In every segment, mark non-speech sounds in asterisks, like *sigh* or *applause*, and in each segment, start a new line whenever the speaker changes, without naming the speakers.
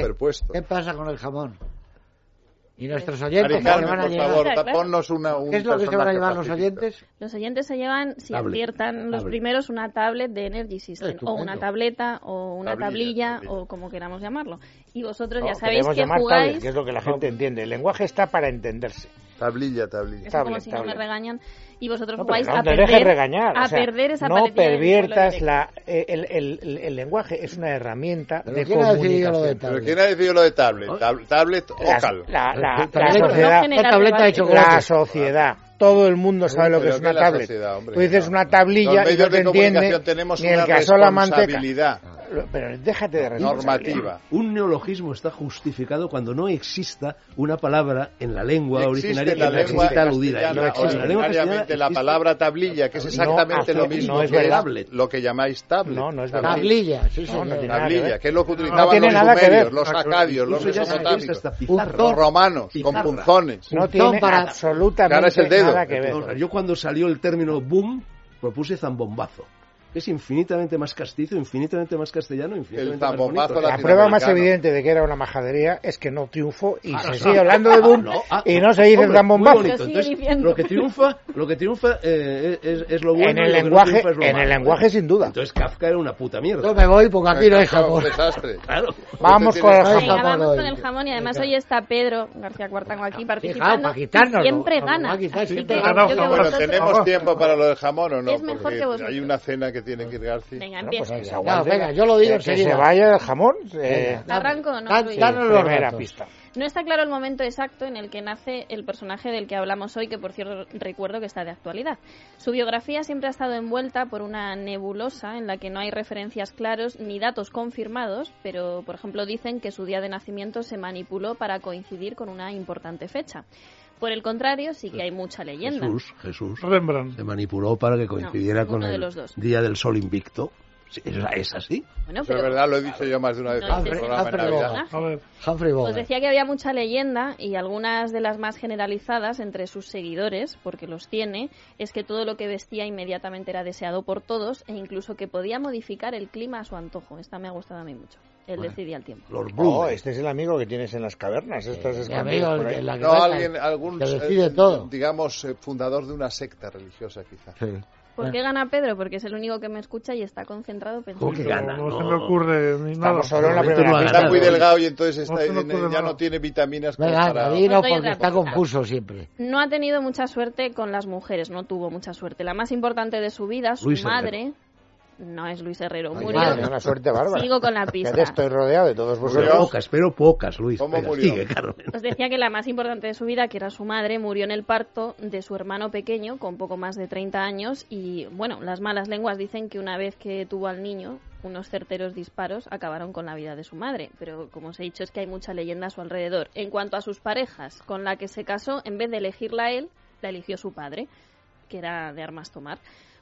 superpuesto.
¿Qué pasa con el jamón? ¿Y nuestros
Mari
oyentes? ¿Qué
Eh, Carmen,
van a
por
llevar?
favor,
Claro, claro.
ponnos una, un
¿Qué es lo que se van a
personaje
llevar los
pacifista.
oyentes?
Los oyentes se llevan, si
Tablet.
aciertan los
Tablet. Eh,
primeros, una tablet de Energy System,
Estupendo.
o una tableta, o una
Tablilla,
tablilla,
tablilla.
o como queramos llamarlo. Y vosotros ya
No,
sabéis
queremos
que
llamar
jugáis. Pues
tablet, que es lo que la gente entiende. El lenguaje está para entenderse.
Tablilla, tablilla.
Eso es como
Tablet,
si no
tablet.
me regañan y vosotros
No,
jugáis
pero no
a
te
perder,
dejes regañar.
a
o sea,
perder esa
no
paletilla en el suelo
perviertas
directo.
la, eh, el, el- el- el lenguaje. Es una herramienta
¿Pero
de
quién ha decidido lo de
comunicación.
¿Pero
tablet?
quién ha decidido lo de tablet?
Oh.
Tab- ¿Tablet o
La-
cal?
la- la- la
Tableta-
sociedad,
una tableta de
debate.
chocolate.
la sociedad. Todo el mundo sabe lo que
Pero
es
que
una
la
tablet.
sociedad, hombre,
Tú dices
no.
una tablilla
Los
y no
medios
te
de
entiende
comunicación tenemos
ni el
una
que asó la manteca. Ah,
responsabilidad
Pero déjate de
normativa.
Un neologismo está justificado cuando no exista una palabra en la lengua
Existe
originaria que
la
no
lengua
exista aludida.
castellana,
No existe. En la lengua castellana
Originariamente la
existe-
palabra tablilla, que es
No,
exactamente
no,
lo mismo
no es
que
verdad.
lo que llamáis tablet.
No, no es verdad.
Tablilla, sí,
No, no
señor.
tiene nada que
Tablilla,
ver.
que es lo que
No
utilizaban
tiene
los
nada que
sumerios,
ver. Ah,
los acadios, los
Incluso ya se
mesopotámicos,
hasta este pizarra.
los romanos, con
Pizarra.
punzones.
No
Punzón
tiene
para-
Ahora es el
absolutamente
dedo.
nada que ver.
Entonces, yo cuando salió el término boom, propuse zambombazo. que Es infinitamente más castizo, infinitamente más castellano, infinitamente más
zambombazo
bonito.
la-
La prueba más
latinoamericano.
evidente de que era una majadería es que no triunfó y
Ah,
se
no,
sigue
no.
hablando de boom
*laughs* No, ah,
y no se dice
hombre,
el gran
muy
bombazo.
bonito.
Lo sigue
Entonces,
diciendo.
lo que triunfa, lo que triunfa eh, es, es lo bueno.
En
y
el
lo que no
lenguaje,
triunfa es lo
en
malo,
el
¿eh?
lenguaje sin duda.
Entonces Kafka era una puta
Yo
mierda.
me voy porque aquí no hay jamón.
desastre.
Claro.
Vamos con el
Ay,
jamón.
Venga,
jamón
vamos
hoy.
con el jamón y además hoy está Pedro García Cuartango aquí
Fijaos,
participando.
para quitarnos.
y siempre gana.
Para quitar,
Así
siempre
que
gana.
yo que
Bueno,
vosotros-
tenemos tiempo para lo del jamón o no,
Es mejor
porque
que vosotros.
hay una cena que tiene que ir García.
Venga,
Bueno, pues
empieza.
que se aguante,
No, venga, yo lo digo
que- Que
enseguida.
se vaya el jamón. eh,
Venga, dame.
¿Arranco o no,
Dan-
Luis?
danos los
primera
datos.
pista.
No está claro el momento exacto en el que nace el personaje del que hablamos hoy, que por cierto recuerdo que está de actualidad. Su biografía siempre ha estado envuelta por una nebulosa en la que no hay referencias claros ni datos confirmados, pero por ejemplo dicen que su día de nacimiento se manipuló para coincidir con una importante fecha. Por el contrario, sí que hay mucha leyenda.
Jesús, Jesús.
Rembrandt.
Se manipuló para que coincidiera
No,
con
ninguno de
el
los dos.
Día del Sol Invicto. Sí, ¿Es, es así?
Bueno,
Eso es
pero-
verdad, Ah, lo he dicho yo más de una vez
No,
en el
es-
programa en
Alfredo
Navidad.
Bogart.
A ver,
Humphrey
Os
Bogart.
Pues
Eh,
decía que había mucha leyenda y algunas de las más generalizadas entre sus seguidores, porque los tiene, es que todo lo que vestía inmediatamente era deseado por todos e incluso que podía modificar el clima a su antojo. Esta me ha gustado a mí mucho. Él decidía el tiempo.
Lord
Oh,
Bloomer.
este es el amigo que tienes en las cavernas. Estas
Mi
escondidas
amigo,
por ahí.
el- la que
No,
canta,
alguien, algún,
que
eh,
decide todo.
digamos, eh, fundador de una secta religiosa, quizá.
¿Por qué gana Pedro? Porque es el único que me escucha y está concentrado pensando.
¿Cómo que
pero
gana?
no, se
No.
me ocurre ni nada.
Estamos solo en la
Tú no
primera
has
pista.
Está
ganado.
muy delgado y entonces
No
está-
se me ocurre
ya
nada.
no tiene vitaminas como
Venga,
para...
David, no,
Os doy
porque
otra
está
oportunidad.
confuso siempre.
No ha tenido mucha suerte con las mujeres, no tuvo mucha suerte. La más importante de su vida, su
Luis Herrero.
madre, no es Luis Herrero,
Ay,
murió.
Madre, una suerte bárbara.
Sigo con la
Ya
pista.
te estoy rodeado de todos
Pero
Dios.
vosotros.
pocas, pero pocas, Luis.
¿Cómo
Venga,
murió?
Sigue, Carmen.
Os decía que la más importante de su vida, que era su madre, murió en el parto de su hermano pequeño, con poco más de 30 años, y bueno, las malas lenguas dicen que una vez que tuvo al niño, unos certeros disparos acabaron con la vida de su madre, pero como os he dicho es que hay mucha leyenda a su alrededor. En cuanto a sus parejas, con la que se casó, en vez de elegirla él, la eligió su padre, que era de armas tomar.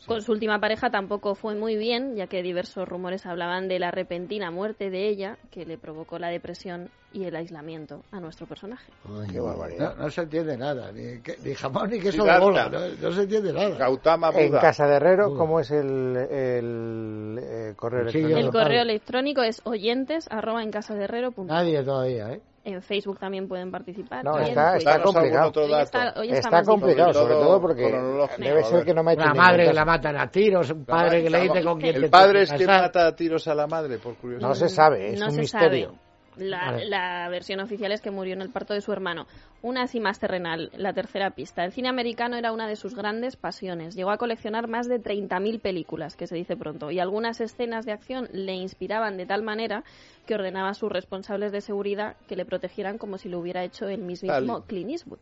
Con su última pareja tampoco fue muy bien, ya que diversos rumores hablaban de la repentina muerte de ella, que le provocó la depresión y el aislamiento a nuestro personaje.
Qué
No,
barbaridad.
no se entiende nada, ni, que- ni jamón ni queso de
Siddhartha.
bola, no, no se entiende nada.
Gautama
En
Buda.
Casa de Herrero, ¿cómo es el, el, eh, correo
Sí,
electrónico?
yo-
El
Total.
correo electrónico es oyentes arroba en casa de herrero punto com.
Nadie todavía, ¿eh?
En Facebook también pueden participar.
Ah. No,
y en
está-
Twitter.
Danos algún
complicado.
otro
Hoy
dato.
está, hoy está
Está
más
complicado,
difícil.
sobre todo porque
Cronológico,
debe
a
ser
ver.
que no me ha hecho
Una
ningún
madre que
caso.
la matan a tiros, un padre que le dice con quién te
El padre es
tienes
quien
casar.
mata a tiros a la madre, por curiosidad.
No se sabe, es
no
un
se
misterio.
sabe. La,
Vale.
la versión oficial es que murió en el parto de su hermano. Una así más terrenal, la tercera pista. El cine americano era una de sus grandes pasiones. Llegó a coleccionar más de 30.000 películas, que se dice pronto, y algunas escenas de acción le inspiraban de tal manera que ordenaba a sus responsables de seguridad que le protegieran como si lo hubiera hecho el mismo
Stalin.
Clint Eastwood.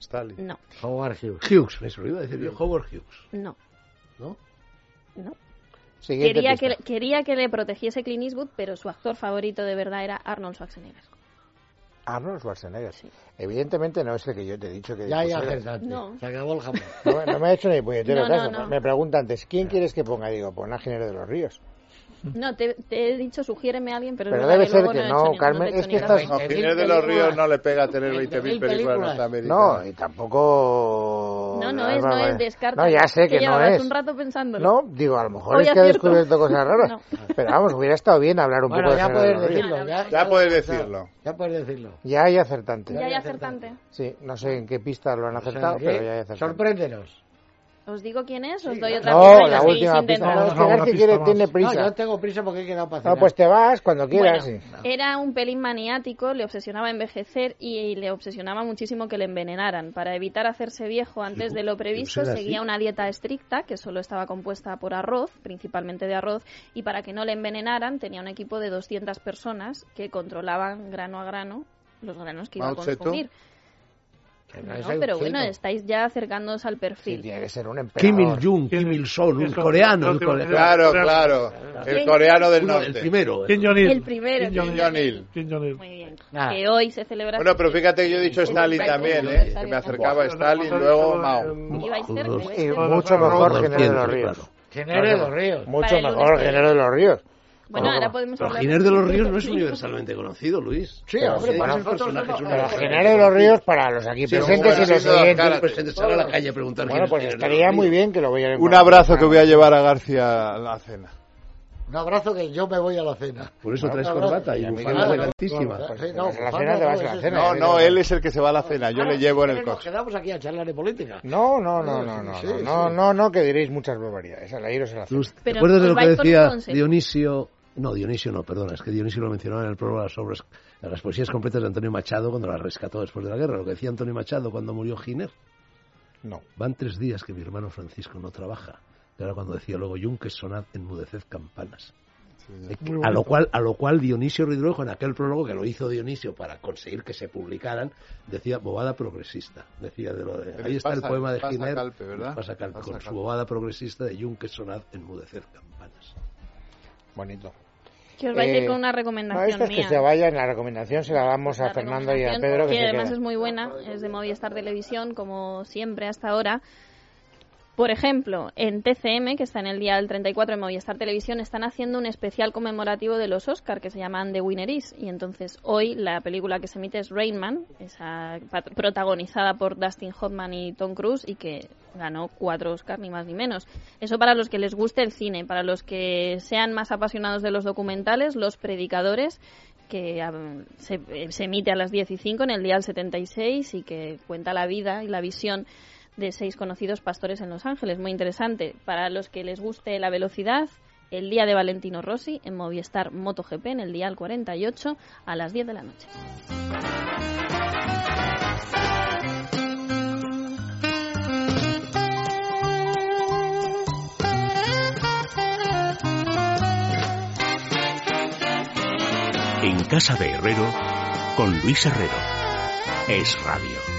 Stalin.
No,
Howard Hughes.
Hughes, eso lo iba a decir yo. Howard Hughes.
no,
¿no?
no.
Siguiente
Quería
pista.
que, quería que le protegiese Clint Eastwood, pero su actor favorito de verdad era Arnold Schwarzenegger.
Arnold Schwarzenegger.
Sí.
Evidentemente no es el que yo te he dicho que...
Ya, ya,
pues,
acertaste.
No.
Se acabó el jamón.
No, no me ha hecho ni puñetero
No, no,
caso.
no.
Me pregunta antes, ¿quién quieres que ponga? Digo, pon a Ginebra de los Ríos.
No, te, te he dicho, sugiéreme a alguien, pero,
Pero
es verdad
debe ser
luego
que
he
no,
hecho ni-
Carmen,
te he hecho
es
ni
que
nada.
estás-
No, Jiménez de los Ríos no le pega tener 20.000 películas
películas.
norteamericanas.
No, y tampoco... eh,
No, no
vale,
es,
vale,
no es,
vale.
descarta.
No, ya sé que, no
llevabas
es.
un rato pensándolo.
No, digo, a lo mejor
Hoy
es que he
acierto.
descubierto cosas raras.
*laughs* No.
Pero vamos, hubiera estado bien hablar un
Bueno,
poco de
ya
Fernando
puedes
Rodríguez.
decirlo. Ya,
Ya puedes decirlo.
Ya puedes decirlo.
Ya hay acertante.
Ya hay acertante.
Sí, no sé en qué pista lo han
O sea,
acertado,
¿qué?
pero ya hay acertante.
Sorpréndenos.
¿Os digo quién es? ¿Os doy otra pista
No,
y
la
seguís
última pista.
intentando?
No,
No,
es
no,
que el
una
que
pista
quiere
más.
tiene
No,
prisa.
yo tengo prisa porque he quedado para
No,
cenar.
pues te vas cuando quieras.
Bueno,
sí.
era un pelín maniático, le obsesionaba envejecer y le obsesionaba muchísimo que le envenenaran. Para evitar hacerse viejo antes de lo previsto,
pues era
seguía
así.
una dieta estricta que solo estaba compuesta por arroz, principalmente de arroz, y para que no le envenenaran tenía un equipo de 200 personas que controlaban grano a grano los granos que iba a
Mao Zedong.
consumir.
Que no
No,
es el
pero
chino.
bueno, estáis ya acercándoos al
Sí,
perfil.
tiene que ser un
Kim
emperador.
Il-jung, Kim Il-sung, un
Eso,
coreano,
eso
el
te iba a
core-
decir.
Claro, claro. El coreano del
uno, el
norte.
primero. ¿eh?
Kim Jong-il.
El primero.
Kim Jong-il.
Kim Jong-il.
Kim Jong-il.
Muy bien.
Ah.
Que hoy se celebra.
Bueno, pero fíjate que yo he dicho
Sí,
Stalin
sí, sí,
también,
sí,
¿eh?
sí,
Que
sí,
me
sí.
acercaba a Stalin, luego Mao.
Ibais cerca,
Joder.
ibais
Y
cerca.
mucho mejor que Nero de los
200,
Ríos.
claro.
Genere de los ríos.
Mucho
Para el
mejor
lunes que
que Nero de los Ríos.
Bueno, ahora podemos
Pero
hablar.
Ginés de los Ríos no es universalmente conocido, Luis.
Sí,
Pero
hombre,
sí,
para
es un
nosotros
personaje,
no,
es un
pero
Pero
personaje.
Genaro de los Ríos para los aquí
Sí,
presentes y
bueno,
los
sí, no,
oyentes.
claro, presente, sale a la calle a preguntar
Bueno,
quién
pues
es Ginés de
estaría
los
muy
Ríos.
bien que lo vieran.
Un abrazo que voy a llevar a García a la cena.
Un abrazo que yo me voy a la cena.
Por eso traes
Un abrazo.
corbata y
Ya,
bufanda
claro,
elegantísima.
claro, sí,
A la cena
bufanda
te vas a
es
la
eso.
cena.
No, no, él es el que se va a la cena, yo
Ah,
le llevo en el
pero Nos
coche.
quedamos aquí a charlar de política.
No, no, no, no, no,
Sí,
no,
sí.
no, no, no, que diréis muchas barbaridades. Al iros a la cena.
Luz, ¿Te
Pero pues
acuerdas de
os
lo que
vais con un
decía
consejo.
Dionisio? No, Dionisio no, perdona, es que Dionisio lo mencionaba en el programa de las obras, de las poesías completas de Antonio Machado cuando las rescató después de la guerra. Lo que decía Antonio Machado cuando murió Giner.
No.
Van tres días que mi hermano Francisco no trabaja. Y ahora cuando decía luego Yunques, sonad, enmudeced campanas. Eh, que- a, lo cual, a lo cual Dionisio Ridruejo, en aquel prólogo que lo hizo Dionisio para conseguir que se publicaran, decía bobada progresista. Decía de lo de-
El
ahí está el
pasa-
poema de
pasa
Giner,
Calpe, ¿verdad?
pasa Calpe,
Pasa
con su
Calpe.
bobada progresista de Yunques, sonad, enmudeced campanas.
Bonito.
Que os vais a ir
Eh,
con una
No,
recomendación
esto es que
mía.
se vayan. La recomendación se la damos a
La
Fernando y a
recomendación,
Pedro. Que se
además es
queden.
muy buena, es de Movistar Televisión, como siempre hasta ahora. Por ejemplo, en TCM, que está en el día del 34 en Movistar Televisión, están haciendo un especial comemorativo de los Oscar que se llaman The Winner Is. Y entonces hoy la película que se emite es Rain Man, esa pat- protagonizada por Dustin Hoffman y Tom Cruise y que ganó cuatro Oscar, ni más ni menos. Eso para los que les guste el cine, para los que sean más apasionados de los documentales, los predicadores que um, se, eh, se emite a las 10 y 5 en el Dial 76 y que cuenta la vida y la visión de seis conocidos pastores en Los Ángeles. Muy interesante. Para los que les guste la velocidad, el día de Valentino Rossi en Movistar MotoGP en el Dial 48 a las 10 de la noche.
En casa de Herrero, con Luis Herrero. Es radio.